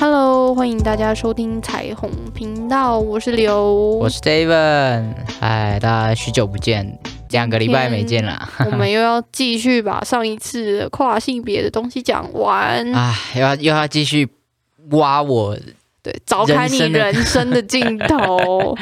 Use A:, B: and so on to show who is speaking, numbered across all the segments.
A: 喽，欢迎大家收听彩虹频道，我是刘。
B: 我是 Steven，嗨，大家许久不见，两个礼拜没见了，
A: 我们又要继续把上一次的跨性别的东西讲完，
B: 啊，又要又要继续挖我
A: 对，凿开你
B: 人生的
A: 人生的尽 头。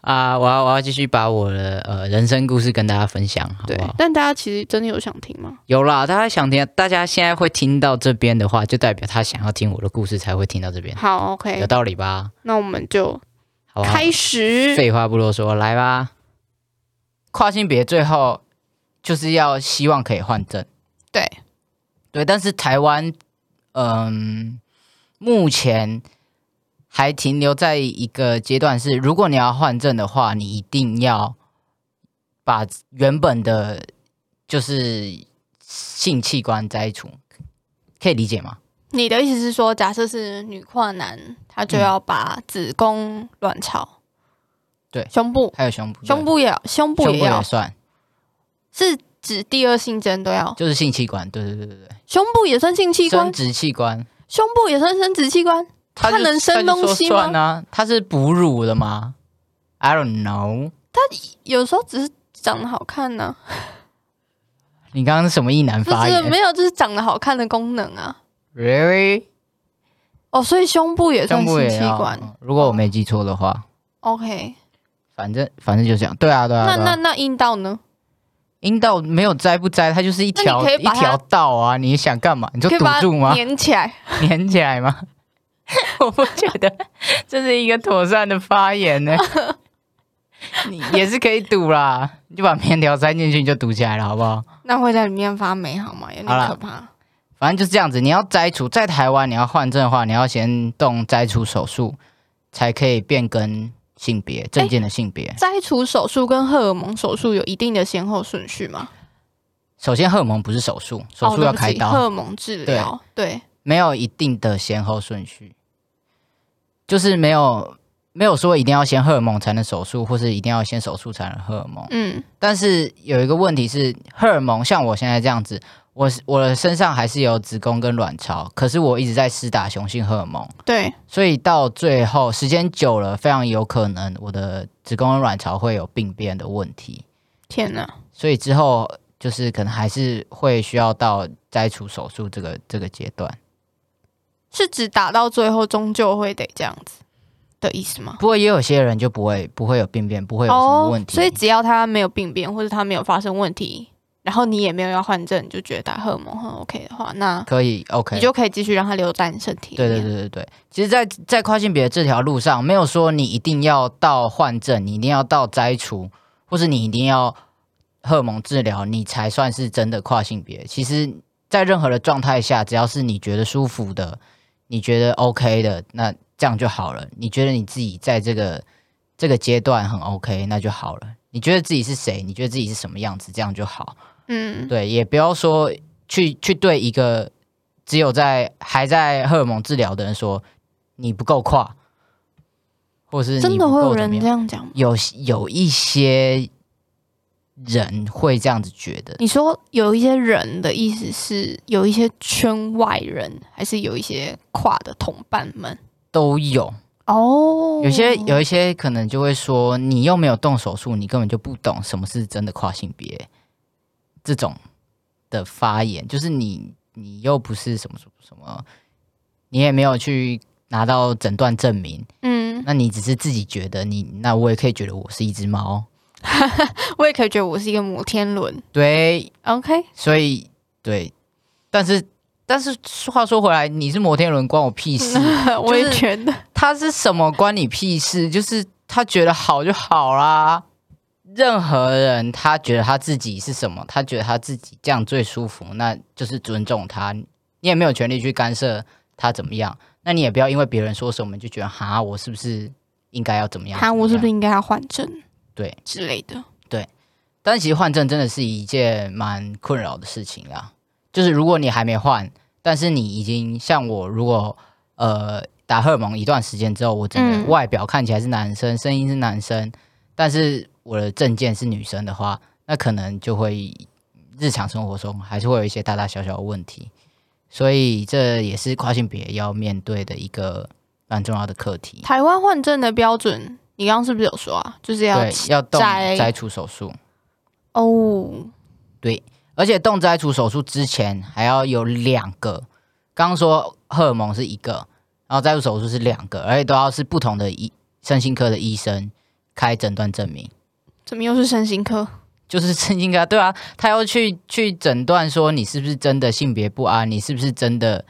B: 啊，我要我要继续把我的呃人生故事跟大家分享，好
A: 对
B: 不好，？
A: 但大家其实真的有想听吗？
B: 有啦，大家想听，大家现在会听到这边的话，就代表他想要听我的故事才会听到这边，
A: 好
B: 有
A: ，OK，
B: 道理吧？
A: 那我们就
B: 好吧，
A: 开始。
B: 废话不多说，来吧。跨性别最后就是要希望可以换证，
A: 对
B: 对，但是台湾，嗯，目前还停留在一个阶段是，如果你要换证的话，你一定要把原本的，就是性器官摘除，可以理解吗？
C: 你的意思是说，假设是女跨男，他就要把子宫、卵巢、
B: 对
C: 胸部、
B: 还有胸部，
C: 胸
B: 对
C: 部也要，胸部
B: 胸部
C: 也要
B: 也，算，
C: 是指第二性征都要，
B: 就是性器官，对对对对
C: 胸部也算性器
B: 对，生
C: 官，
B: 殖器官，
C: 胸部也算生殖器官，
B: 他就
C: 它能生东西吗
B: 他就说算啊，它是哺乳的吗？I don't know。
C: 有时候只是长得好看呢、
B: 你刚刚什么意难
C: 不
B: 发
C: 是
B: 言
C: 没有，就是长得好看的功能啊。
B: ？Really？
C: 哦，所以胸部也算
B: 胸部
C: 性
B: 也
C: 器
B: 要
C: 官。
B: 嗯如果我没记错的话，
C: OK，
B: 反正反正就这样。对啊，对啊。
C: 那
B: 对啊
C: 那那阴道呢？
B: 阴道没有摘不摘，它就是一
C: 那
B: 条
C: 你可
B: 一
C: 以把它
B: 条道啊！你想干嘛？你就
C: 可以
B: 堵
C: 把
B: 住
C: 它
B: 吗？
C: 粘起来。
B: 粘起来吗？我不觉得这是一个妥善的发言呢。你也是可以堵啦，你就把棉条塞进去你就堵起来了，好不好？
C: 那会在里面发霉好吗？有
B: 好啦
C: 点可怕。
B: 反正就是这样子。你要摘除，在台湾你要换证的话，你要先动摘除手术，才可以变更性别，证件的性别。
C: 摘除手术跟荷尔蒙手术有一定的先后顺序吗？
B: 首先，荷尔蒙不是手术，手术要开
C: 哦对不起荷
B: 刀，
C: 尔蒙治疗。对，
B: 没有一定的先后顺序，就是没有没有说一定要先荷尔蒙才能手术，或是一定要先手术才能荷尔蒙。
C: 嗯，
B: 但是有一个问题是，荷尔蒙像我现在这样子，我我的身上还是有子宫跟卵巢，可是我一直在施打雄性荷尔蒙。
C: 对，
B: 所以到最后时间久了，非常有可能我的子宫跟卵巢会有病变的问题，
C: 天哪，
B: 所以之后就是可能还是会需要到摘除手术这个这个阶段。
C: 是指打到最后终究会得这样子的意思吗？
B: 不过也有些人就不会不会有病变，不会有什么
C: 哦
B: 问，题。
C: 所以只要他没有病变或者他没有发生问题，然后你也没有要换证，你就觉得打荷尔蒙很 OK 的话，那
B: 可以 OK，
C: 你就可以继续让它留在你身体里
B: 对
C: 面。
B: 对对对对，其实在，在跨性别这条路上，没有说你一定要到换证，你一定要到摘除，或是你一定要荷尔蒙治疗，你才算是真的跨性别。其实，在任何的状态下，只要是你觉得舒服的，你觉得 OK 的，那这样就好了。你觉得你自己在这个这个阶段很 OK，那就好了。你觉得自己是谁？你觉得自己是什么样子？这样就好。
C: 嗯，
B: 对，也不要说去去对一个只有在还在荷尔蒙治疗的人说你不够跨，或是你
C: 真的
B: 不
C: 会有
B: 够怎么
C: 人
B: 样
C: 这样讲吗？
B: 有有一些人会这样子觉得，
C: 你说有一些人的意思是有一些圈外人，还是有一些跨的同伴们？
B: 都有
C: 哦，
B: 有些有一些可能就会说你又没有动手术，你根本就不懂什么是真的跨性别这种的发言，就是你你又不是什么什么什么，你也没有去拿到诊断证明。
C: 嗯，
B: 那你只是自己觉得你，那我也可以觉得我是一只猫，
C: 我也可以觉得我是一个摩天轮。
B: 对，
C: OK，
B: 所以对，但是但是话说回来，你是摩天轮关我 屁事，
C: 我也觉 得
B: 他是什么关你屁事？就是他觉得好就好啦。任何人他觉得他自己是什么，他觉得他自己这样最舒服，那就是尊重他。你也没有权利去干涉他怎么样，那你也不要因为别人说什么你就觉得哈，我是不是应该要怎么样？
C: 韩我
B: 怎
C: 是
B: 么样
C: 不是应该要换证？
B: 对
C: 之类的。
B: 但其实换证真的是一件蛮困扰的事情啦。就是如果你还没换，但是你已经像我，如果呃打荷尔蒙一段时间之后，我整
C: 嗯
B: 个外表看起来是男生，声音是男生，但是我的证件是女生的话，那可能就会日常生活中还是会有一些大大小小的问题。所以这也是跨性别要面对的一个蛮重要的课题。
C: 台湾换证的标准，你刚刚是不是有说啊？就是要
B: 对，要动
C: 摘
B: 摘除手术，
C: 哦，
B: 对，而且动摘除手术之前还要有两个，刚刚说荷尔蒙是一个，然后摘除手术是两个，而且都要是不同的医身心科的医生开诊断证明。
C: 怎么又是身心科？
B: 就是 身心科，对啊，他要去去诊断说你是不是真的性别不安，你是不是真的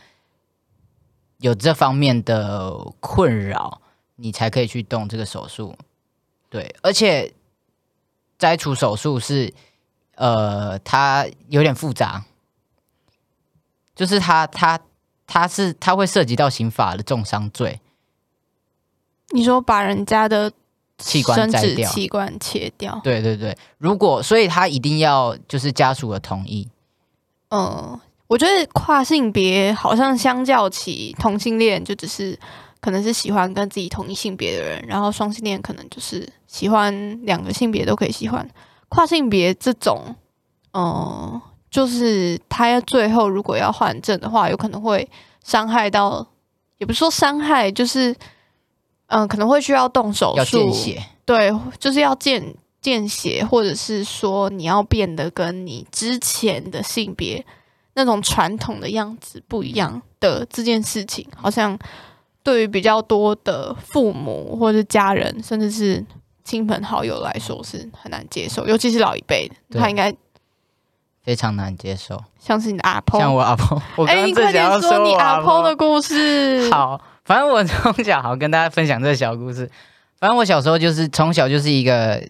B: 有这方面的困扰，你才可以去动这个手术。对，而且摘除手术是呃，它有点复杂，就是它它它是它会涉及到刑法的重伤罪，
C: 你说把人家的
B: 器官
C: 生
B: 摘
C: 殖
B: 掉
C: 器官切掉，
B: 对对对，如果所以他一定要就是家属的同意，
C: 嗯，我觉得跨性别好像相较起同性恋，就只是可能是喜欢跟自己同一性别的人，然后双性恋可能就是喜欢两个性别都可以喜欢。跨性别这种，嗯，就是他最后如果要换证的话，有可能会伤害到，也不是说伤害，就是嗯，可能会需要动手
B: 要
C: 术
B: 见，血。
C: 对，就是要见见血，或者是说你要变得跟你之前的性别那种传统的样子不一样的这件事情，好像对于比较多的父母或者是家人，甚至是亲朋好友来说是很难接受，尤其是老一辈的，
B: 对
C: 他应该
B: 非常难接受。
C: 像是你的阿
B: 像
C: 婆。
B: 我 阿婆，我刚
C: 哎，
B: 刚
C: 你
B: 正
C: 快
B: 想要
C: 点说你
B: 我
C: 阿
B: 阿
C: 婆
B: 婆
C: 的故事。，
B: 好，反正我从小好跟大家分享这个小故事。反正我小时候就是从小就是一个，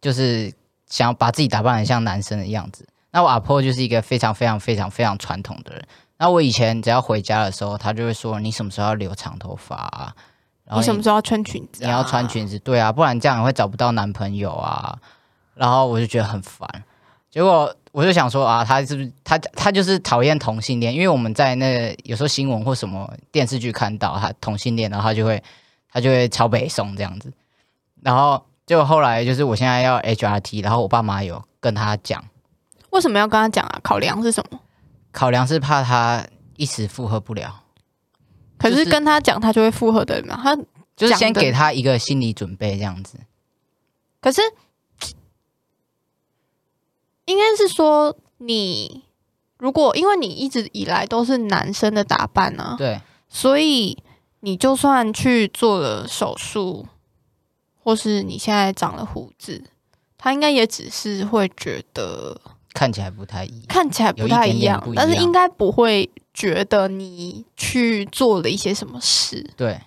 B: 就是想要把自己打扮得像男生的样子。那我阿婆就是一个非常非常非常非常传统的人。那我以前只要回家的时候，她就会说：“你什么时候要留长头发、啊？然后
C: 你什么时候要穿裙子、
B: 你要穿。裙子，对啊，不然这样会找不到男朋友啊。然后我就觉得很烦，结果我就想说啊，他是不是他他就是讨厌同性恋？因为我们在那有时候新闻或什么电视剧看到他同性恋，然后他就会他就会超北宋这样子。然后就后来就是我现在要 HRT，然后我爸妈有跟他讲，
C: 为什么要跟他讲啊？考量是什么？
B: 考量是怕他一时负荷不了，
C: 可
B: 就是是
C: 跟他讲，他就会附和的嘛。他
B: 就是
C: 讲
B: 先
C: 的
B: 给他一个心理准备这样子。
C: 可是，应该是说你如果因为你一直以来都是男生的打扮啊，
B: 对，
C: 所以你就算去做了手术，或是你现在长了胡子，他应该也只是会觉得
B: 看起来不太一样。
C: 看起来不太一样，
B: 有一点点不一样
C: 但是应该不会觉得你去做了一些什么事。
B: 对，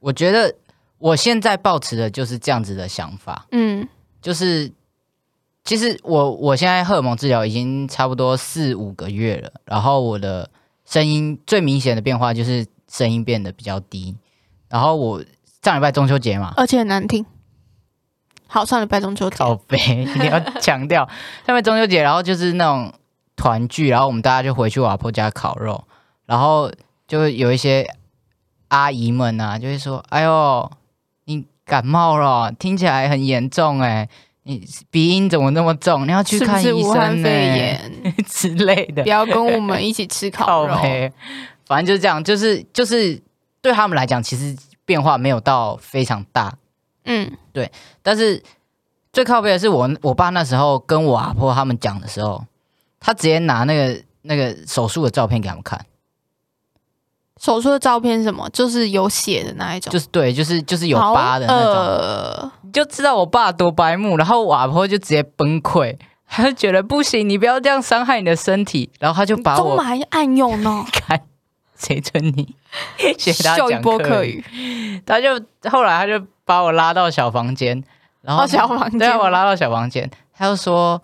B: 我觉得我现在抱持的就是这样子的想法，
C: 嗯，
B: 就是其实我我现在荷尔蒙治疗已经差不多四五个月了，然后我的声音最明显的变化就是声音变得比较低，然后我上礼拜中秋节嘛，
C: 而且很难听。好，上礼拜中秋节，
B: 靠 背，你要强调。上面中秋节，然后就是那种团聚，然后我们大家就回去我阿婆家烤肉，然后就有一些阿姨们啊，就会说：“哎呦，你感冒了，听起来很严重哎、你鼻音怎么那么重？你要去
C: 是不
B: 看
C: 是
B: 医
C: 武汉
B: 生欸呢、
C: 肺炎？
B: 之类的
C: 不。要跟我们一起吃烤
B: 靠
C: 肉。
B: 背，反正就是这样，就是就是对他们来讲，其实变化没有到非常大，
C: 嗯，
B: 但是最靠背的是我我爸那时候跟我阿婆他们讲的时候，他直接拿那个那个手术的照片给他们看，
C: 手术的照片是什么？就是有血的那一种，
B: 就是是对，就是就是有疤的那种，
C: 呃，
B: 你就知道我爸多白目。然后我阿婆就直接崩溃，他就觉得不行，你不要这样伤害你的身体，然后他就把
C: 中
B: 我，
C: 马暗用呢
B: 看。谁准你？ 学他
C: 秀一
B: 讲
C: 波
B: 课
C: 客
B: 语，
C: 语，
B: 他就后来他就把我拉到小房间，然后
C: 到哦小房间
B: 对啊，我拉到小房间，他就说：“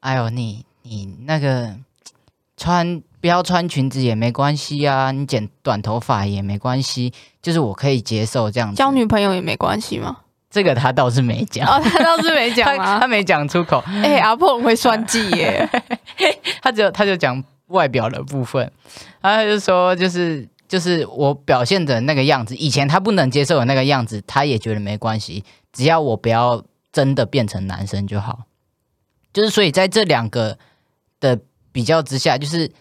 B: 哎呦，你你那个穿不要穿裙子也没关系啊，你剪短头发也没关系，就是我可以接受这样子。
C: 交”女朋友也没关系 吗？
B: 这个他倒是没讲，
C: 哦，他倒是没讲
B: 他
C: 啊
B: 他。没讲出口，
C: 哎，阿婆很会算计 耶，
B: 他只有他就讲外表的部分，然后他就说就是。就是我表现的那个样子，以前他不能接受的那个样子，他也觉得没关系，只要我不要真的变成男生就好。就是所以在这两个的比较之下，就是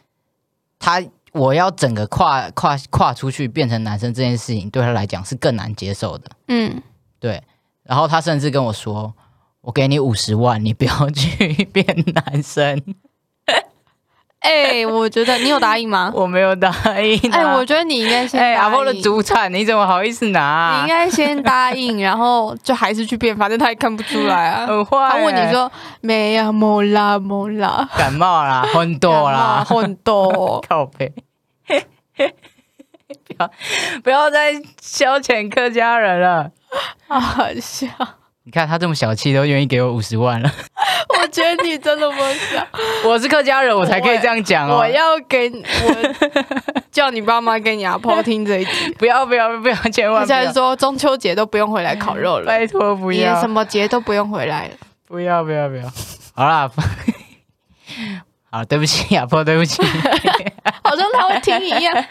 B: 他我要整个跨跨跨出去变成男生这件事情，对他来讲是更难接受的。
C: 嗯，
B: 对，然后他甚至跟我说：“我给你五十万，你不要去 变男生。
C: 哎、我觉得你有答应”吗？
B: 我没有答应、啊。
C: 哎、我觉得你应该先
B: 哎，
C: 答
B: 阿
C: 应
B: 波的主产，你怎么好意思
C: 你
B: 拿、
C: 应
B: 啊？
C: 该先答应，然后就还是去变，反正他也看不出来 啊。
B: 很坏、欸
C: 他问你说没有，没啦，没啦，
B: 感 冒啦，昏多啦，。
C: 混多
B: 靠背。不要不要再消遣客家人了。
C: 啊，笑！
B: 你看他这么小气，都愿意给我五十万了。
C: 我觉得你真的不笑，
B: 我是客家人，我才可以这样讲哦。
C: 我要给你我叫你爸妈给你阿婆听这一 集。
B: 不要不要不要，千
C: 他
B: 万不
C: 现在
B: 要！
C: 说中秋节都不用回来烤肉了，
B: 拜托 不
C: 也
B: 要！
C: 什么节都不用回 来了。
B: 不要不要不要！好啦， 好，对不起，亚波，对不起。
C: 好像他会听一样。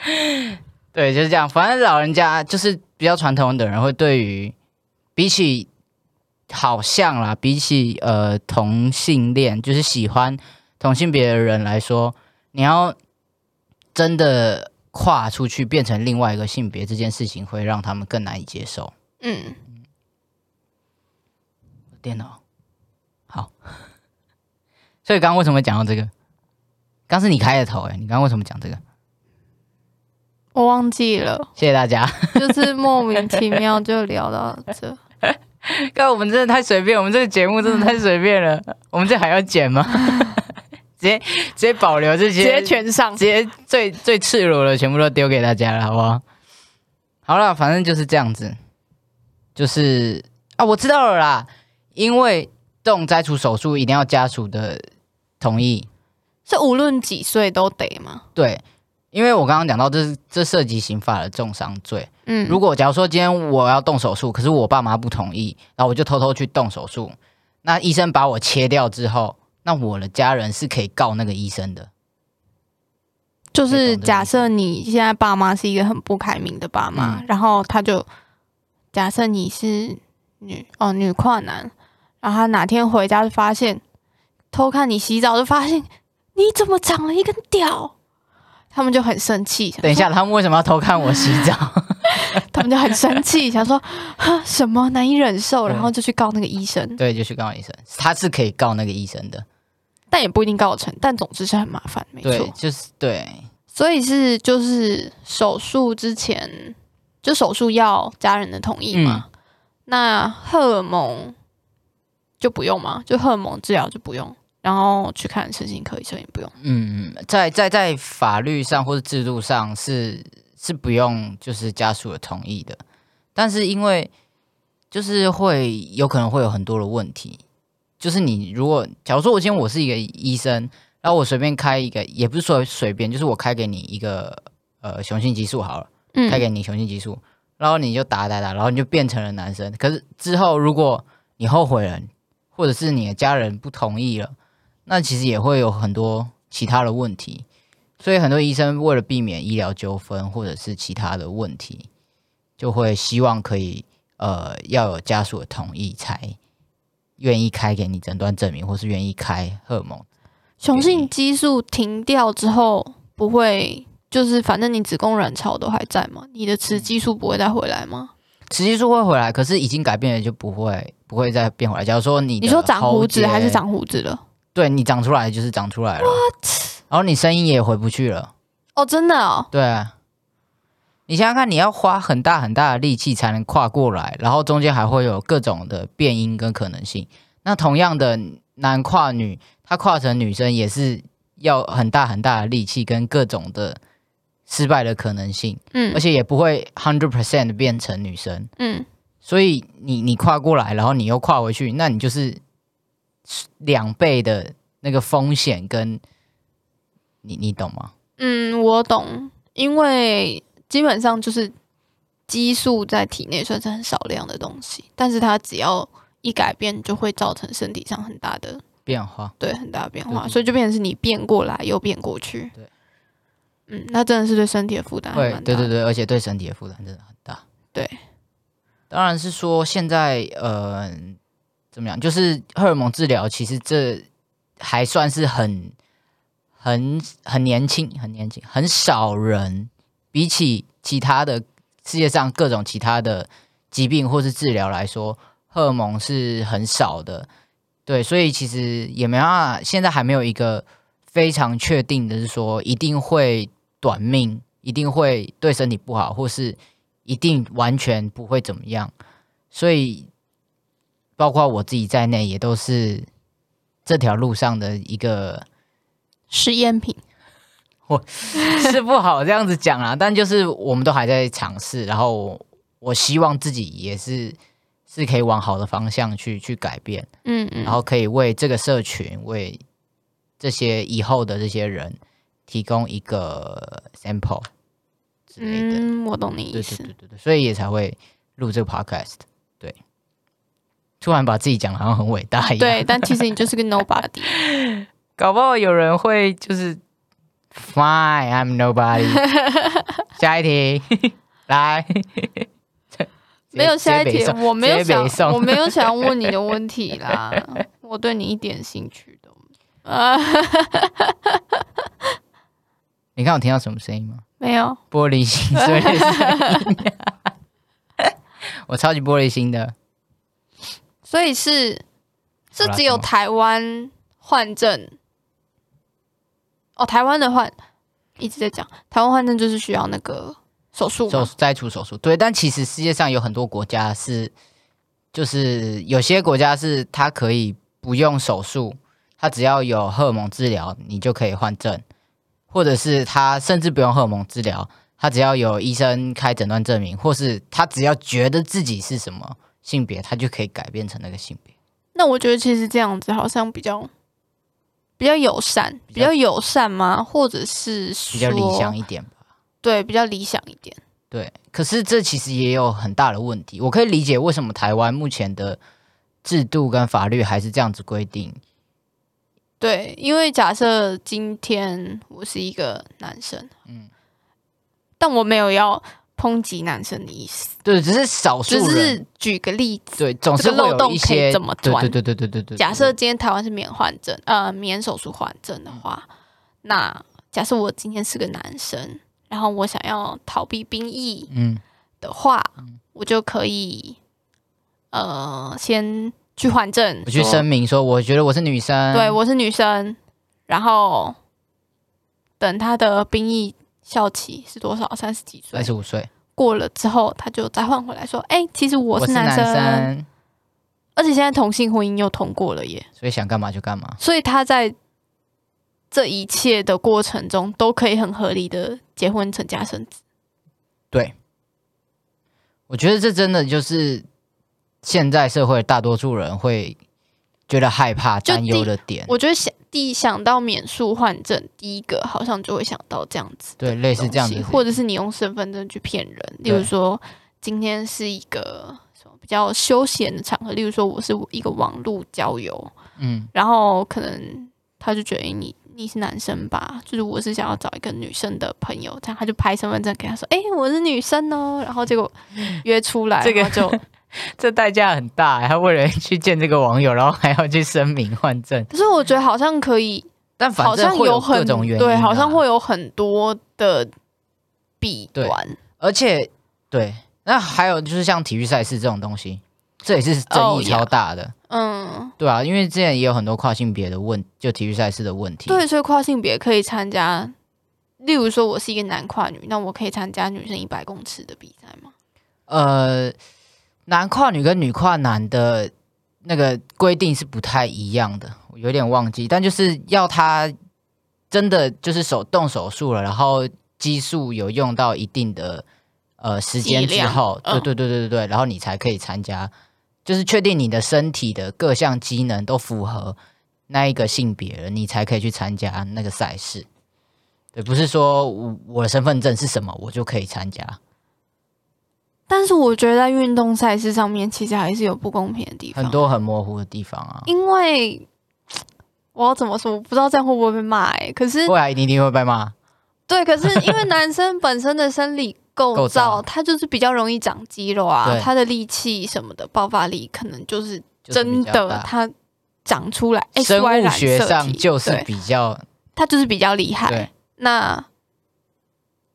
B: 对，就是这样。反正老人家就是比较传统的人，会对于比起好像啦，比起呃同性恋，就是喜欢同性别的人来说，你要真的跨出去变成另外一个性别这件事情，会让他们更难以接受。
C: 嗯，
B: 电脑好，所以刚刚为什么会讲到这个？刚是你开的头哎、你刚刚为什么讲这个？
C: 我忘记了，
B: 谢谢大家。
C: 就是莫名其妙就聊到这。
B: 哥，我们真的太随便，我们这个节目真的太随 便了。我们这还要剪吗？直接直接保留这些，
C: 直接全上
B: 直。接最最赤裸的全部都丢给大家了，好不好？好了，反正就是这样子，就是啊，我知道了啦，因为这种摘除手术一定要家属的同意，
C: 是无论几岁都得吗？
B: 对，因为我刚刚讲到这是这涉及刑法的重伤罪，
C: 嗯，
B: 如果假如说今天我要动手术，可是我爸妈不同意，然后我就偷偷去动手术，那医生把我切掉之后，那我的家人是可以告那个医 生的。
C: 就是假设你现在爸妈是一个很不开明的爸妈，然后他
B: 嗯
C: 就假设你是女哦女跨男，然后他哪天回家就发现偷看你洗澡，就发现你怎么长了一根屌，他们就很生气，
B: 等一下，他们为什么要偷看我洗澡？
C: 他们就很生气，想说哈什么难以忍受，然后就去告那个医生，
B: 对，就去告医生，他是可以告那个医生的。
C: 但也不一定告得成，但总之是很麻烦，没
B: 对，
C: 错。
B: 就是对，
C: 所以是就是手术之前，就手术要家人的同意嘛？
B: 嗯
C: 那荷尔蒙就不用嘛？就荷尔蒙治疗就不用，然后去看身心科医生也不用。
B: 嗯，在在在法律上或者制度上是是不用就是家属的同意的，但是因为就是会有可能会有很多的问题，就是你如果假如说我今天我是一个医生，然后我随便开一个，也不是说随便，就是我开给你一个呃雄性激素好了，
C: 嗯，
B: 开给你雄性激素，然后你就打打打，然后你就变成了男生。可是之后如果你后悔了，或者是你的家人不同意了，那其实也会有很多其他的问题。所以很多医生为了避免医疗纠纷或者是其他的问题，就会希望可以呃要有家属的同意才愿意开给你诊断证明，或是愿意开荷尔蒙。
C: 雄性激素停掉之后不会，就是反正你子宫卵巢都还在嘛，你的
B: 嗯
C: 雌激素不会再回来吗？
B: 雌激素会回来，可是已经改变了就不会不会再变回来。假如说你
C: 你
B: 你
C: 说长胡子还是长胡子了？
B: 对你长出来就是长出来了然后你声音也回不去了。
C: 哦，真的哦，
B: 对啊，你想想看，你要花很大很大的力气才能跨过来，然后中间还会有各种的变音跟可能性。那同样的男跨女，他跨成女生也是要很大很大的力气跟各种的失败的可能性，
C: 嗯
B: 而且也不会 hundred percent 变成女生。
C: 嗯，
B: 所以你你跨过来，然后你又跨回去，那你就是两倍的那个风险跟，你你懂吗？
C: 嗯，我懂，因为基本上就是激素在体内算是很少量的东西，但是它只要一改变，就会造成身体上很大的
B: 变化
C: 对很大的变化，
B: 对对
C: 所以就变成是你变过来又变过去。
B: 对，
C: 嗯，那真的是对身体的负担还蛮
B: 会
C: 大，
B: 对对，对，而且对身体的负担真的很大。
C: 对，
B: 当然是说现在呃怎么样，就是荷尔蒙治疗，其实这还算是很很很年轻，很年轻，很少人比起其他的世界上各种其他的疾病或是治疗来说，荷尔蒙是很少的。对，所以其实也没办法，现在还没有一个非常确定的是说一定会短命，一定会对身体不好，或是一定完全不会怎么样。所以，包括我自己在内，也都是这条路上的一个
C: 实验品，
B: 是不好这样子讲啦，但就是我们都还在尝试，然后我我希望自己也是是可以往好的方向去去改变，
A: 嗯嗯
B: 然后可以为这个社群、为这些以后的这些人提供一个 sample 之类的。
C: 嗯，我懂你意
B: 对
C: 思
B: 对。对对对，所以也才会录这个 podcast。对，突然把自己讲的好像很伟大一样。
C: 对，但其实你就是个 nobody。
B: 搞不好有人会就是 Fine, I'm nobody 。下一 题，来，
C: 没有下一题，我没有想，我
B: 我
C: 没有想问你的问题 啦，我对你一点兴趣都没有啊，
B: 你看我听到什么声音吗？
C: 没有。
B: 玻璃心 碎的声音。 我超级玻璃心的，
C: 所以是是
B: 好啦
C: 只有
B: 什么
C: 台湾患症哦，台湾的患一直在讲台湾患症就是需要那个手术嘛，
B: 手术摘除手术。对，但其实世界上有很多国家是，就是有些国家是它可以不用手术，它只要有荷尔蒙治疗，你就可以换证，或者是他甚至不用荷尔蒙治疗，他只要有医生开诊断证明，或是他只要觉得自己是什么性别，他就可以改变成那个性别。
C: 那我觉得其实这样子好像比较比较友善，
B: 比
C: 比
B: 较
C: 较友善吗？或者是说
B: 比较理想一点吧。
C: 对，比较理想一点。
B: 对，可是这其实也有很大的问题。我可以理解为什么台湾目前的制度跟法律还是这样子规定。
C: 对，因为假设今天我是一个男生，
B: 嗯
C: 嗯，但我没有要抨击男生的意思，
B: 对，只是少数
C: 只
B: 人
C: 是举个例子。
B: 对，总是
C: 这个
B: 会
C: 漏洞
B: 有一
C: 可以
B: 些
C: 怎么
B: 对
C: 钻
B: 对对对对对对。
C: 假设今天台湾是免患症，呃，免手术患症的话，
B: 嗯
C: 那假设我今天是个男生，然后我想要逃避兵役
B: 嗯，
C: 的话，我就可以，呃，先去换证，
B: 我去
C: 说
B: 声明说，我觉得我是女生，
C: 对，我是女生，然后等他的兵役效期是多少？三十几岁
B: 二十五岁，
C: 过了之后，他就再换回来说，哎、其实我
B: 我
C: 是
B: 男
C: 男生，而且现在同性婚姻又通过了耶，
B: 所以想干嘛就干嘛。
C: 所以他在这一切的过程中都可以很合理的结婚成家生子。
B: 对，我觉得这真的就是现在社会大多数人会觉得害怕、
C: 就
B: 担忧
C: 第
B: 的点。
C: 我觉得想第一想到免诉患症，第一个好像就会想到这样子。
B: 对，类似这样
C: 东西
B: 子的，
C: 或者是你用身份证去骗人。例如说，今天是一个什么比较休闲的场合，例如说我是一个网络交友，
B: 嗯，
C: 然后可能他就觉得、诶你你是男生吧，就是我是想要找一个女生的朋友，这样他就拍身份证给他说，哎、我是女生哦，然后结 果约出来，
B: 这个
C: 然后就，
B: 这代价很大欸，他为了去见这个网友，然后还要去声明换证，
C: 可是我觉得好像可以，
B: 但
C: 好
B: 反正
C: 像
B: 会
C: 有
B: 各
C: 很
B: 种原因、啊
C: 对，好像，会有很多的弊
B: 对
C: 端。
B: 而且对，那还有就是像体育赛事这种东西，这也是争
C: 哦
B: 议超
C: 呀
B: 大的
C: 嗯，
B: 对啊，因为之前也有很多跨性别的问，就体育赛事的问题，
C: 对，所以跨性别可以参加，例如说我是一个男跨女，那我可以参加女生一百公尺的比赛吗？
B: 呃，男跨女跟女跨男的那个规定是不太一样的，我有点忘记，但就是要他真的就是手动手术了，然后激素有用到一定的呃时间
C: 剂
B: 之
C: 量
B: 后，对
C: 嗯
B: 对对对对对，然后你才可以参加，就是确定你的身体的各项机能都符合那一个性别了，你才可以去参加那个赛事。对，不是说我我的身份证是什么，我就可以参加，
C: 但是我觉得在运动赛事上面，其实还是有不公平的地方，
B: 很，多很模糊的地方啊。
C: 因为我要怎么说，我不知道这样会不会被骂哎、可是
B: 未来你一定会被骂。
C: 对，可是因为男生本身的生理
B: 构
C: 构
B: 造
C: 造，他就是比较容易长肌肉啊
B: 对，
C: 他的力气什么的爆发力，可能就是
B: 就是比
C: 真
B: 较
C: 的
B: 大
C: 他长出来，
B: 生
C: XY
B: 物
C: 染
B: 学
C: 色
B: 上
C: 体
B: 就是
C: 对
B: 比较
C: 他就是比较厉害
B: 对。
C: 那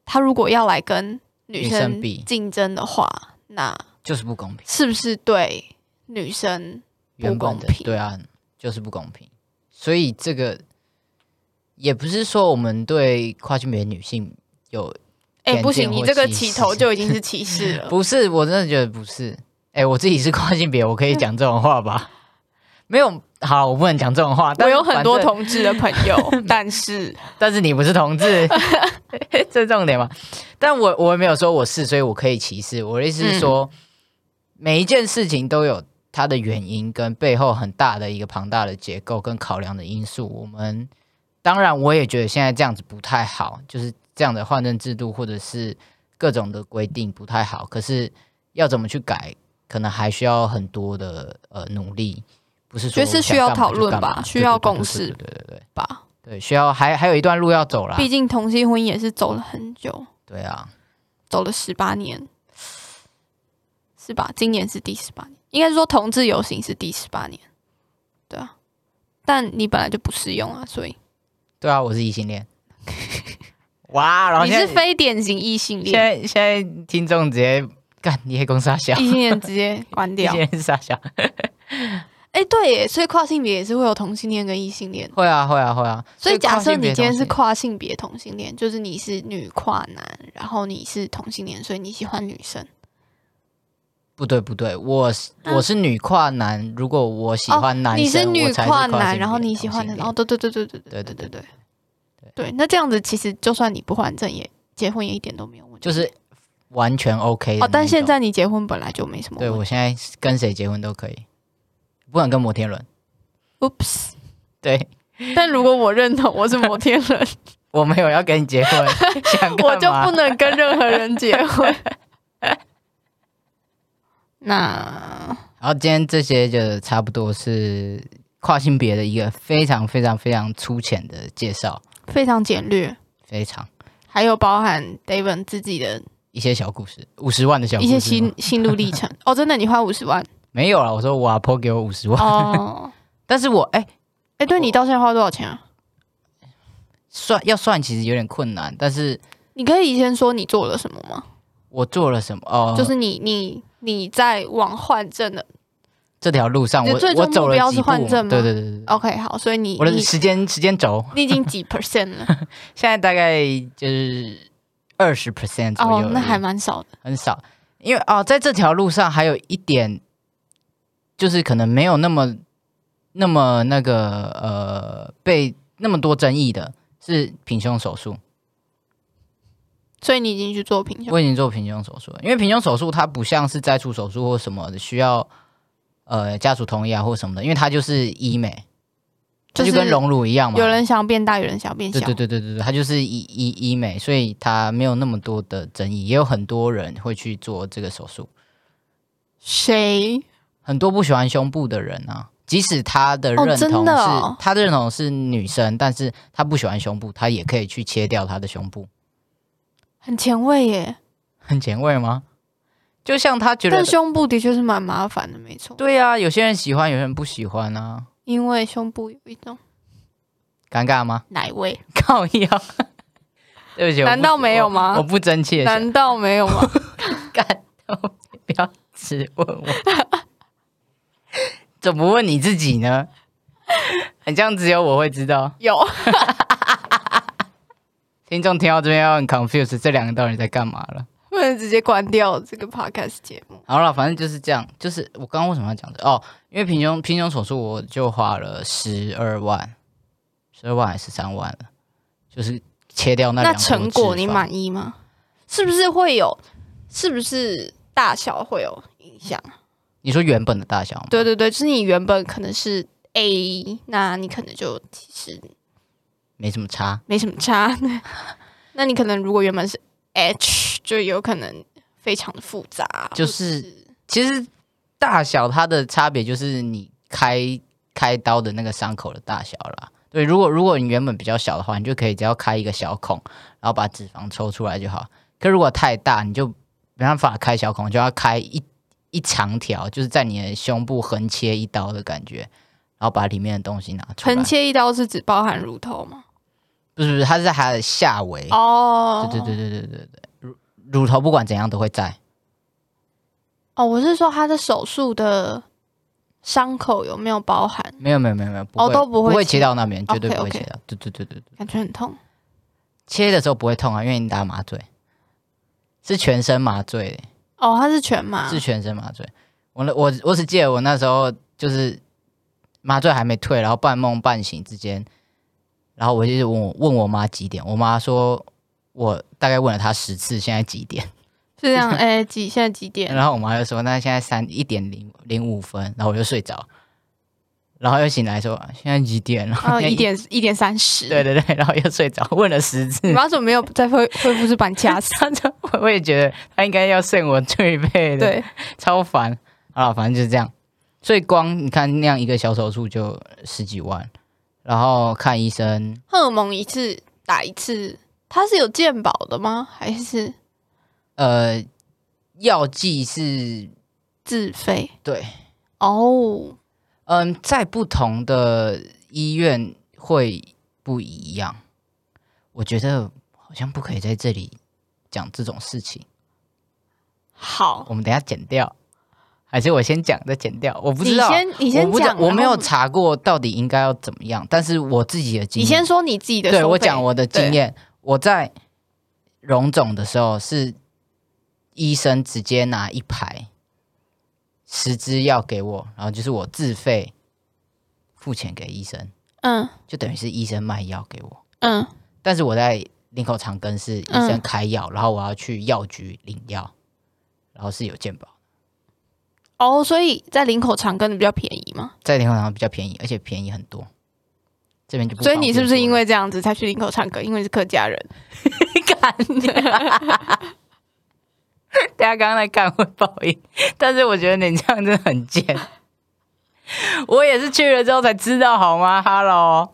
C: 他如果要来跟女
B: 女生
C: 生
B: 比
C: 竞争的话，那
B: 就是不公平，
C: 是不是对女生？不
B: 原本
C: 公
B: 的
C: 平
B: 对啊，就是不公平。所以这个也不是说我们对跨性别女性有
C: 哎、
B: 偏
C: 不
B: 见
C: 行，你
B: 或
C: 这个
B: 歧
C: 起
B: 视
C: 头就已经是歧视 了。
B: 不是，我真的觉得不是。哎、我自己是跨性别，我可以讲这种话吧？没有，好，我不能讲这种话。
C: 嗯我
B: 但
C: 有
B: 是
C: 很
B: 反
C: 多
B: 正
C: 同志的朋友， 但是
B: 但是你不是同志，这是重点嘛？但我我也没有说我是，所以我可以歧视。我的意思是说，每一件事情都有它的原因跟背后很大的一个庞大的结构跟考量的因素。我们当然我也觉得现在这样子不太好，就是这样的换证制度或者是各种的规定不太好。可是要怎么去改，可能还需要很多的呃努力。不是说
C: 觉得是
B: 我想
C: 需要
B: 干嘛
C: 讨
B: 就
C: 论
B: 干嘛
C: 吧
B: 对
C: 需
B: 对
C: 要
B: 对对
C: 共
B: 对
C: 识
B: 对对对对
C: 吧，
B: 对，需要还还有一段路要走啦。
C: 毕竟同性婚姻也是走了很久，
B: 对啊，
C: 走了十八年，是吧？今年是第十八年，应该是说同志游行是第十八年，对啊。但你本来就不适用啊，所以
B: 对啊，我是异 性恋。哇，然后
C: 你
B: 现
C: 是
B: 在
C: 非典型异性
B: 现
C: 恋，
B: 在现在听众直接干你黑公傻笑，
C: 异性恋直接关
B: 异
C: 掉
B: 性。恋傻笑。
C: 哎、对耶，所以跨性别也是会有同性恋跟异性恋。
B: 会啊会啊会啊。
C: 所以假
B: 跨性
C: 设你
B: 别
C: 今天
B: 同
C: 是
B: 性
C: 跨性别同性恋，就是你是女跨男，然后你是同性恋，所以你喜欢女生。
B: 不对不对，我是
C: 嗯哦
B: 我是女跨男，如果我喜欢男
C: 你
B: 生，
C: 是
B: 我
C: 女
B: 才是
C: 跨
B: 性
C: 男，
B: 别
C: 然后你喜
B: 同
C: 欢
B: 性
C: 的，
B: 恋
C: 哦，对对对对对对
B: 对对
C: 对对对，那这样子其实就算你不换证也结婚也一点都没有问题，
B: 就是完全 OK 的
C: 哦，但
B: 那
C: 现
B: 种
C: 在你结婚本来就没什么
B: 对
C: 问
B: 我
C: 题。
B: 现在跟谁结婚都可以，不敢跟摩天轮。
C: Oops，
B: 对
C: 但如果我认同我是摩天 轮，
B: 我没有要跟你 结婚，想干
C: 我就
B: 嘛
C: 不能跟任何人结婚。 那
B: 然后今天这些就差不多是跨性别的一个非常非常非常粗浅的介绍，
C: 非常简略，
B: 非常
C: 还有包含 David 自己的
B: 一些小故事，五十万的小故
C: 一
B: 事吗。
C: 些心心路历程。哦，真的，你花五十万
B: 没有了，我说我阿婆给 我五十 万，
C: 哦？
B: 但是我哎、
C: 哎，对你到现在花多少钱啊？
B: 算要算其实有点困难，但是
C: 你可以先说你做了什么吗？
B: 我做了什么哦，
C: 就是你你你在往换证的。
B: 这条路上
C: 你
B: 我
C: 的最终
B: 我走
C: 目
B: 了
C: 标
B: 几
C: 是
B: 步
C: 换证吗
B: 对对对对对，
C: OK，好，所以你
B: 我的
C: 你
B: 时间时间轴
C: 你已经几 percent 了？
B: 现在大概就是二十 percent 左右而已，
C: 哦，那还蛮少的。
B: 很少，因为哦，在这条路上还有一点，就是可能没有那么那么那个呃被那么多争议的是平胸手术。
C: 所以你已经去做平胸
B: 我已经做平胸手术了，因为平胸手术它不像是摘除手术或什么的需要呃家属同意啊或什么的，因为它就是医美，它
C: 就是
B: 就跟隆乳一样嘛。
C: 有人想要变大，有人想要变小。
B: 对对对对对对，它就是医医医美，所以它没有那么多的争议，也有很多人会去做这个手术。
C: 谁？
B: 很多不喜欢胸部的人啊，即使他的
C: 哦
B: 认同是、
C: 真的哦
B: 他的认同是女生，但是他不喜欢胸部，他也可以去切掉他的胸部，
C: 很前卫耶，
B: 很前卫吗？就像他觉得
C: 但，胸部的确是蛮麻烦的，没错。
B: 对啊，有些人喜欢，有些人不喜欢啊，
C: 因为胸部有一种
B: 尴尬吗？
C: 奶味，
B: 靠腰， 对不起，我不
C: 难道没有吗
B: 我我不真切，
C: 难道没有吗？
B: 干，不要只问我， 怎么问你自己呢？ 很像只有我会知道。
C: 有，
B: 听众听到这边要很 confused，这两个到底在干嘛了？
C: 不能直接关掉这个 podcast 节目。
B: 好了，反正就是这样。就是我刚刚为什么要讲这？哦，因为平胸平胸手术我就花了十二万，十二万还是三万了，就是切掉那
C: 那
B: 两坨
C: 成果
B: 脂
C: 你
B: 肪
C: 满意吗？是不是会有？是不是大小会有影响？
B: 你说原本的大小吗？
C: 对对对，就是你原本可能是 A，那你可能就其实
B: 没什么差。
C: 没什么差。 那你可能如果原本是 H，就有可能非常的复杂，或者
B: 就是其实大小它的差别就是你开开刀的那个伤口的大小啦。对，如果如果你原本比较小的话，你就可以只要开一个小孔，然后把脂肪抽出来就好。可如果太大，你就没办法开小孔，就要开一一长条，就是在你的胸部横切
C: 哦
B: 一刀的感觉，然后把里面的东西拿出来。
C: 横切一刀是指包含乳头吗？
B: 不是不是，它是在它的下围。
C: 哦
B: 对，对对对对对对，乳乳头不管怎样都会在。
C: 哦，我是说他的手术的伤口有没有包含？
B: 没有没有没有没有，不
C: 哦
B: 会
C: 都不
B: 不
C: 会
B: 会
C: 切
B: 切到那边，绝对
C: OK，
B: 不会
C: OK
B: 切到。对对对对对，
C: 感觉很痛。
B: 切的时候不会痛啊，因为你打麻醉，是全身麻醉、
C: 哦，他是全麻，
B: 是全身麻醉。我那我我只记得我那时候就是麻醉还没退，然后半梦半醒之间，然后我就是问我问我妈几点，我妈说我大概问了她十次，现在几点？
C: 是这样。哎，几现在几 点？
B: 然后我妈就说那现在三一点零零五分，然后我就睡着，然后又醒来说现在几点了？
C: 哦，
B: 现在
C: 一点一点三十。
B: 对，对对，然后又睡着，问了十次
C: 你。妈怎么没有在恢恢复室把你掐死？
B: 我我也觉得他应该要剩我最配的，
C: 对，
B: 超烦啊！反正就是这样。所以光你看那样一个小手术就十几万，然后看医生
C: 荷尔蒙一次打一次，它是有健保的吗？还是
B: 呃药剂是
C: 自费？
B: 对，
C: 哦，
B: 嗯，在不同的医院会不一样。我觉得好像不可以在这里讲这种事情，
C: 好，
B: 我们等一下剪掉，还是我先讲再剪掉？我不知道，
C: 你先你先
B: 我不知道
C: 讲，啊
B: 我没有
C: 然后
B: 查过到底应该要怎么样，但是我自己的经
C: 你
B: 验，
C: 先说你自己的收费。
B: 对我讲我的经
C: 对
B: 验，我在荣总的时候是医生直接拿一排十支药给我，然后就是我自费付钱给医生，
C: 嗯
B: 就等于是医生卖药给我。
C: 嗯
B: 但是我在林口长庚是医生
C: 嗯
B: 开药，然后我要去药局领药，然后是有健保，
C: 哦，所以在林口长庚的比较便宜吗？
B: 在林口长庚比较便宜，而且便宜很多。这边就不
C: 所以
B: 方
C: 你
B: 便
C: 是不是
B: 说
C: 因
B: 了
C: 为这样子才去林口长庚？因为是客家人，
B: 大家刚刚在干会报应，但是我觉得你这样真的很贱。我也是去了之后才知道，好吗？Hello，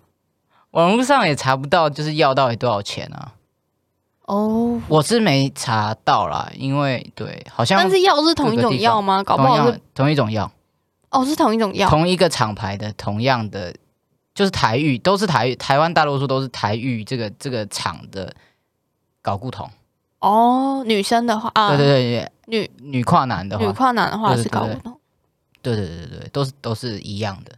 B: 网络上也查不到，就是药到底多少钱啊？
C: 哦，
B: 我是没查到啦，因为对，好像
C: 但是药是同一种药吗？搞不
B: 同
C: 好
B: 样
C: 是
B: 同一种药，
C: 哦，是同一种药
B: 同一个厂牌的，同样的，就是台玉都是台玉，台湾大多数都是台玉这个这个厂的睾固酮。
C: 哦。女生的话啊，
B: 对对对，
C: 女
B: 女跨男的话，
C: 女跨男的话
B: 对对
C: 是搞不
B: 对对
C: 懂。
B: 对对对对对，都是都是一样的。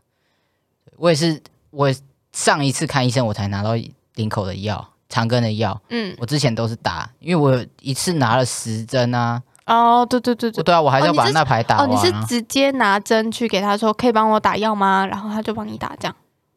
B: 我也是，我也上一次看医生我才拿到领口的药，长根的药。
C: 嗯，
B: 我之前都是打，因为我有一次拿了十针啊，
C: 哦，对对对对
B: 我。对啊，我还是要
C: 哦你
B: 把
C: 是
B: 那排打
C: 哦，你
B: 完
C: 是
B: 啊。
C: 直接拿针去给他说，可以帮我打药吗？然后他就帮你打，这样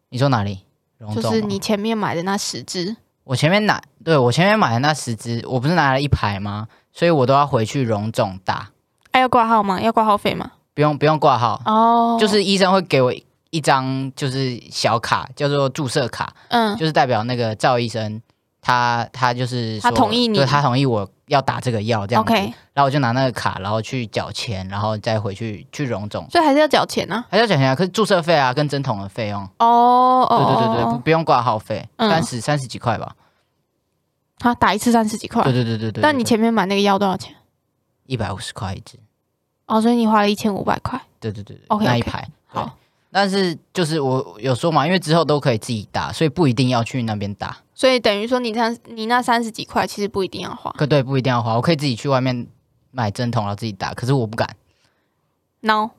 B: 你说哪里？荣
C: 就
B: 总
C: 是
B: 吗
C: 你前面买的那十支。
B: 我前面拿，对我前面买的那十支，我不是拿了一排吗？所以我都要回去荣总打，
C: 哎、要挂号吗？要挂号费吗？
B: 不用不用挂号，
C: 哦，
B: 就是医生会给我一张就是小卡，叫做注射卡，
C: 嗯，
B: 就是代表那个赵医生，他他就是
C: 他
B: 说
C: 同意你
B: 对他同意我要打这个药这样子
C: OK，
B: 然后我就拿那个卡，然后去缴钱，然后再回去去荣总，
C: 所以还是要缴钱啊。
B: 还是要缴钱啊，可是注射费啊跟针筒的费用，
C: 哦，
B: 对
C: 哦
B: 对对对，不
C: 哦，
B: 不用挂号费，
C: 嗯
B: 三十三十几块吧，
C: 他打一次三十几块
B: 对。对对对对，
C: 那你前面买那个药多少钱？
B: 一百五十块一支，
C: 哦，所以你花了一千五百块。
B: 对对对对
C: OK，OK，
B: 那一排对
C: 好
B: 但是就是我有说嘛，因为之后都可以自己打，所以不一定要去那边打。
C: 所以等于说你那你那三十几块其实不一定要花，
B: 可对，不一定要花，我可以自己去外面买针筒，然后自己打。可是我不敢，
C: 孬、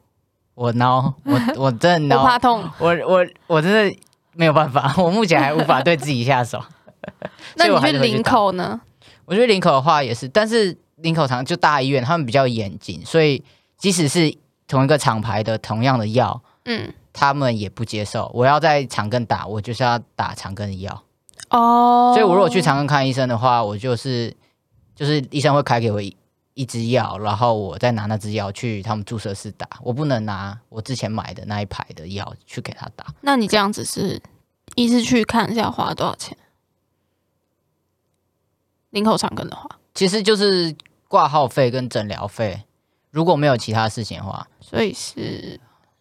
B: 我孬，我我 真的
C: 不
B: 孬，
C: 怕痛。
B: 我我我真的没有办法，我目前还无法对自己下手。
C: 那
B: 所以我
C: 你
B: 还
C: 去
B: 是会去
C: 领
B: 打
C: 口呢？
B: 我觉得林口的话也是，但是林口厂就大医院，他们比较严谨，所以即使是同一个厂牌的同样的药，
C: 嗯，
B: 他们也不接受。我要在长庚打，我就是要打长庚的药。
C: 哦，
B: 所以我如果去长庚看医生的话，我就是就是医生会开给我一一支药，然后我再拿那支药去他们注射室打，我不能拿我之前买的那一排的药去给他打。
C: 那你这样子是一次去看一下花多少钱？领口长庚的话，
B: 其实就是挂号费跟诊疗费，如果没有其他事情的话，
C: 所以是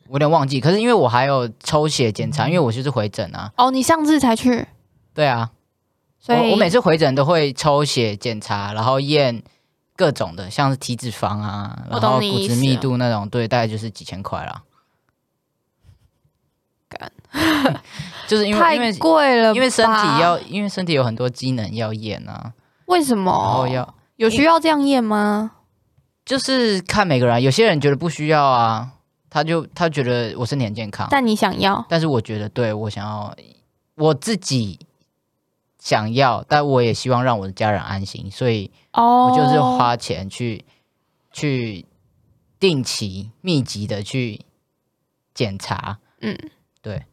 B: 我有点忘记。可是因为我还有抽血检
C: 嗯
B: 查，因为我就是回诊啊，
C: 哦，你上次才去，
B: 对啊，
C: 所以
B: 我我每次回诊都会抽血检查，然后验各种的，像是体脂肪啊，
C: 我
B: 然
C: 懂
B: 后
C: 你
B: 骨
C: 意哦
B: 质
C: 思
B: 密
C: 了
B: 度那种，对，大概就是几千块啦。
C: 感，
B: 就是因为因
C: 太
B: 为
C: 贵了吧，
B: 因为身体要因为身体有很多机能要验啊，
C: 为什
B: 然后
C: 么
B: 哦要
C: 有需要这样验吗？
B: 就是看每个人，有些人觉得不需要啊，他就他觉得我身体很健康，但
C: 但你想要，
B: 是我觉得对我想要我自己想要，但我也希望让我的家人安心，所以
C: 哦，
B: 我就是花钱去、去定期密集的去检查。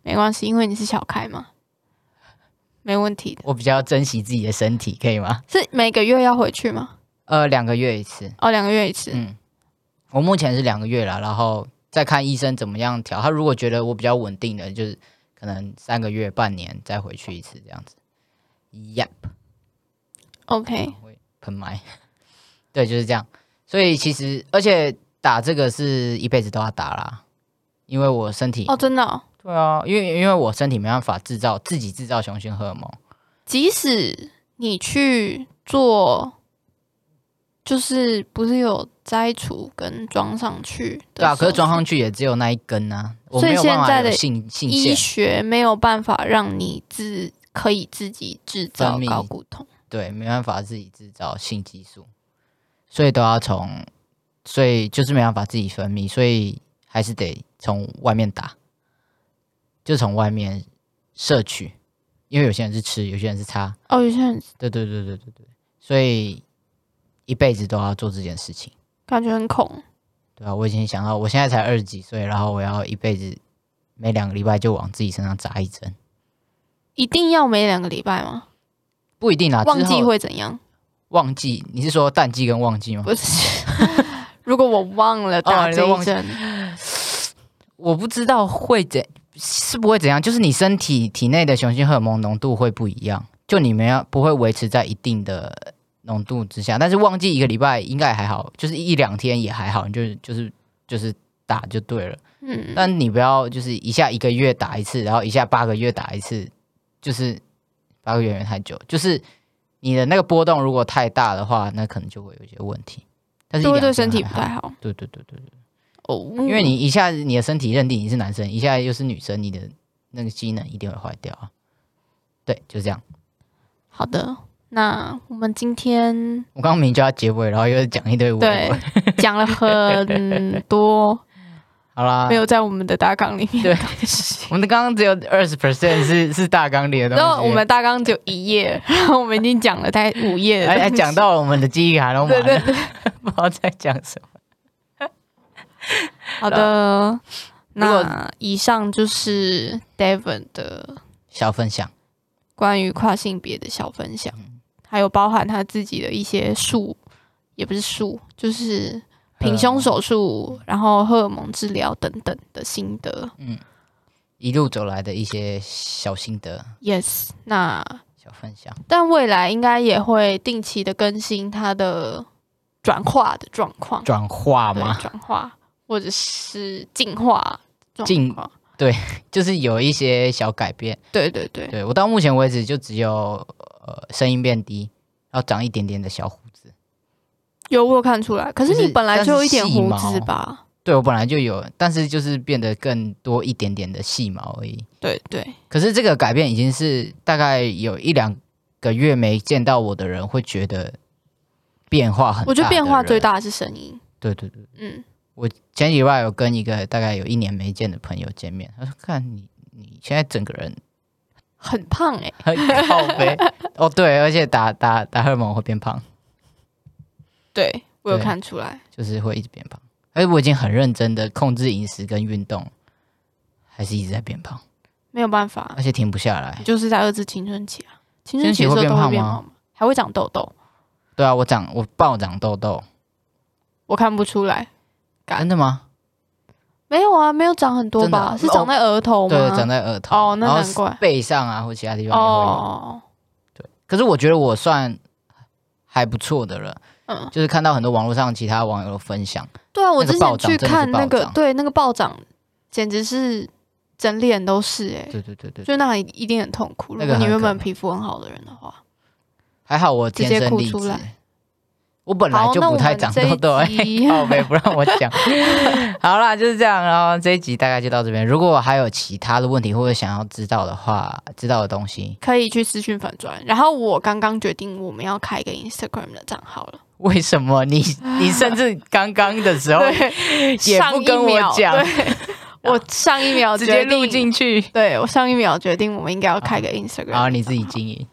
C: 没关系，因为你是小开嘛，没问题的。
B: 我比较珍惜自己的身体，可以吗？
C: 是每个月要回去吗？
B: 呃，两个月一次。
C: 哦，两个月一次。
B: 嗯，我目前是两个月了，然后再看医生怎么样调。他如果觉得我比较稳定的，就是可能三个月、半年再回去一次这样子。Yep，
C: OK，
B: 喷麦。 对，就是这样。所以其实，而且打这个是一辈子都要打啦，因为我身体
C: 哦，真的、哦，
B: 对啊，因为因为我身体没办法制造自己制造雄性荷尔蒙，
C: 即使你去做，就是不是有摘除跟装上去的？
B: 对啊，可是装上去也只有那一根啊，我
C: 所以
B: 没有办
C: 现在
B: 法有
C: 的
B: 性性
C: 医
B: 腺，
C: 学没有办法让你自可以自己制造
B: 分泌
C: 睾固酮。
B: 对，没办法自己制造性激素，所以都要从，所以就是没办法自己分泌，所以还是得从外面打，就从外面摄取，因为有些人是吃，有些人是擦，
C: 哦，有些人
B: 对对对对对对，所以一辈子都要做这件事情。
C: 感觉很恐，
B: 对啊，我已经想到，我现在才二十几岁，然后我要一辈子每两个礼拜就往自己身上扎一针，
C: 一定要每两个礼拜吗？
B: 不一定啊。
C: 忘
B: 之
C: 记
B: 后
C: 会怎样？
B: 忘记，你是说淡季跟旺季吗？
C: 不是， 如果我忘了打
B: 哦你
C: 这
B: 都
C: 一
B: 忘记
C: 针，
B: 我不知道会怎是不会怎样，就是你身体体内的雄性荷尔蒙浓度会不一样，就你们要不会维持在一定的浓度之下，但是忘记一个礼拜应该也还好，就是一两天也还好，你就是就是就是打就对了。
C: 嗯，
B: 但你不要就是一下一个月打一次，然后一下八个月打一次，就是八个月有点太久，就是你的那个波动如果太大的话，那可能就会有一些问题。但是
C: 就
B: 一
C: 会
B: 两
C: 对
B: 天
C: 身体
B: 还
C: 不
B: 好
C: 太好
B: 对对对对对，
C: 哦。
B: 因为你一下子你的身体认定你是男生，一下又是女生，你的那个机能一定会坏掉啊。对，就这样。
C: 好的，那我们今天
B: 我刚刚明明就要结尾，然后又讲一堆我。
C: 对 讲了很 多
B: 好啦
C: 没，有在我们的大纲里面
B: 对
C: 的事情，
B: 我们刚刚只有二十 percent 是是大纲里的东西。
C: 然后我们大纲只有一页， 然后我们已经讲了大概五页
B: 还还
C: 了，
B: 哎讲啊到了我们的记忆卡都满
C: 对
B: 了，
C: 对 对，
B: 不知道在讲什么。
C: 好的。
B: 如果
C: 那以上就是 Devon 的
B: 小分享。
C: 关于跨性别的小分享，
B: 嗯
C: 还有包含他自己的一些术，也不是术，就是平胸手术，然后荷尔蒙治疗等等的心
B: 嗯
C: 得。
B: 一路走来的一些小心得、
C: Yes，那
B: 小分享。
C: 但未来应该也会定期的更新他的转化的状况，
B: 转化
C: 对
B: 吗？
C: 转化或者是进化状
B: 进
C: 况。
B: 就是有一些小改变。
C: 对对对，
B: 对我到目前为止就只有呃声音变低，然后长一点点的小胡子。
C: 有我有看出来，可是
B: 就是
C: 你本来
B: 但是
C: 就有一点
B: 细
C: 胡
B: 毛
C: 子吧？
B: 对我本来就有，但是就是变得更多一点点的细毛而已。
C: 对对，
B: 可是这个改变已经是大概有一两个月没见到我的人会觉得变化很大。
C: 我觉得变化最。大的是声音，
B: 对对对，
C: 嗯。
B: 我前几外有跟一个大概有一年没见的朋友见面，他说：“看你你现在整个人
C: 很胖哎、
B: 很靠背。哦，对，而且打打打荷尔蒙会变胖，
C: 对我有
B: 对
C: 看出来，
B: 就是会一直变胖。而且我已经很认真的控制饮食跟运动，还是一直在变胖，
C: 没有办法，
B: 而且停不下来
C: 你。就是在遏制青春期啊，青春
B: 哎春
C: 期
B: 期
C: 的时候
B: 会
C: 都会
B: 变
C: 变
B: 胖吗
C: 胖吗？还会长痘痘，
B: 对啊，我长我暴长痘痘，
C: 我看不出来，干
B: 真的吗？
C: 没有啊，没有长很多
B: 真的
C: 吧？
B: 啊
C: 是长在额头吗？
B: 对，长在额头，
C: 哦那
B: 然后
C: 难怪
B: 背上啊或其他地方也会有。
C: 哦，
B: 可是我觉得我算还不错的了，
C: 嗯，
B: 就是看到很多网络上其他网友分享，
C: 对啊，我
B: 那个
C: 之
B: 暴
C: 前
B: 涨
C: 去
B: 真的是
C: 看那
B: 暴
C: 个，
B: 涨
C: 对那个暴涨，简直是整脸都是哎、
B: 对对对对，
C: 就那里一定很痛苦。
B: 那
C: 如
B: 个
C: 果你
B: 很
C: 原
B: 可
C: 本
B: 怕
C: 皮肤很好的人的话，
B: 还好我天
C: 直接
B: 生
C: 哭
B: 丽
C: 出
B: 质
C: 来，
B: 我本来
C: 好
B: 就
C: 那
B: 不
C: 我
B: 太
C: 们
B: 长
C: 这
B: 痘
C: 一
B: 痘，哎
C: 集
B: 靠背不让我 讲。好啦，就是这样，然后这一集大概就到这边。如果还有其他的问题或者想要知道的话，知道的东西，
C: 可以去私讯粉砖。然后我刚刚决定我们要开一个 Instagram 的账号了，
B: 为什么你你甚至刚刚的时候
C: 对，
B: 也不跟我讲
C: 上一秒对我上一秒
B: 直接
C: 决定
B: 录，进去，
C: 对我上一秒决定我们应该要开个 Instagram，
B: 然后你自己经营。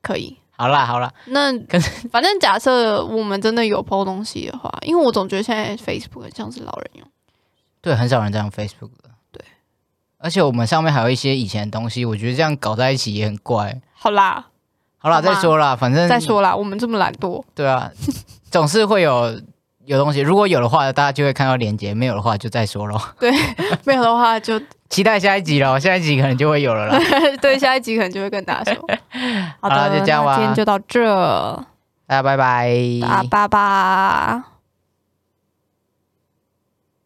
C: 可以。
B: 好啦好啦，
C: 那
B: 可
C: 反正假设我们真的有 PO 东西的话，因为我总觉得现在 Facebook 很像是老人用，
B: 对，很少人在用 Facebook 的。
C: 对，
B: 而且我们上面还有一些以前的东西，我觉得这样搞在一起也很怪。
C: 好啦，
B: 好啦，
C: 好吧
B: 再说啦，反正
C: 再说啦，我们这么懒 惰，
B: 对啊，总是会有有东西，如果有的话，大家就会看到链接；没有的话，就再说咯。
C: 没有的话就
B: 期待下一集咯，下一集可能就会有了啦。
C: 对下一集可能就会跟大家说。好
B: 好啦
C: 的，
B: 就这样吧
C: 那今天就到这，
B: 大家拜拜，
C: 大家拜拜。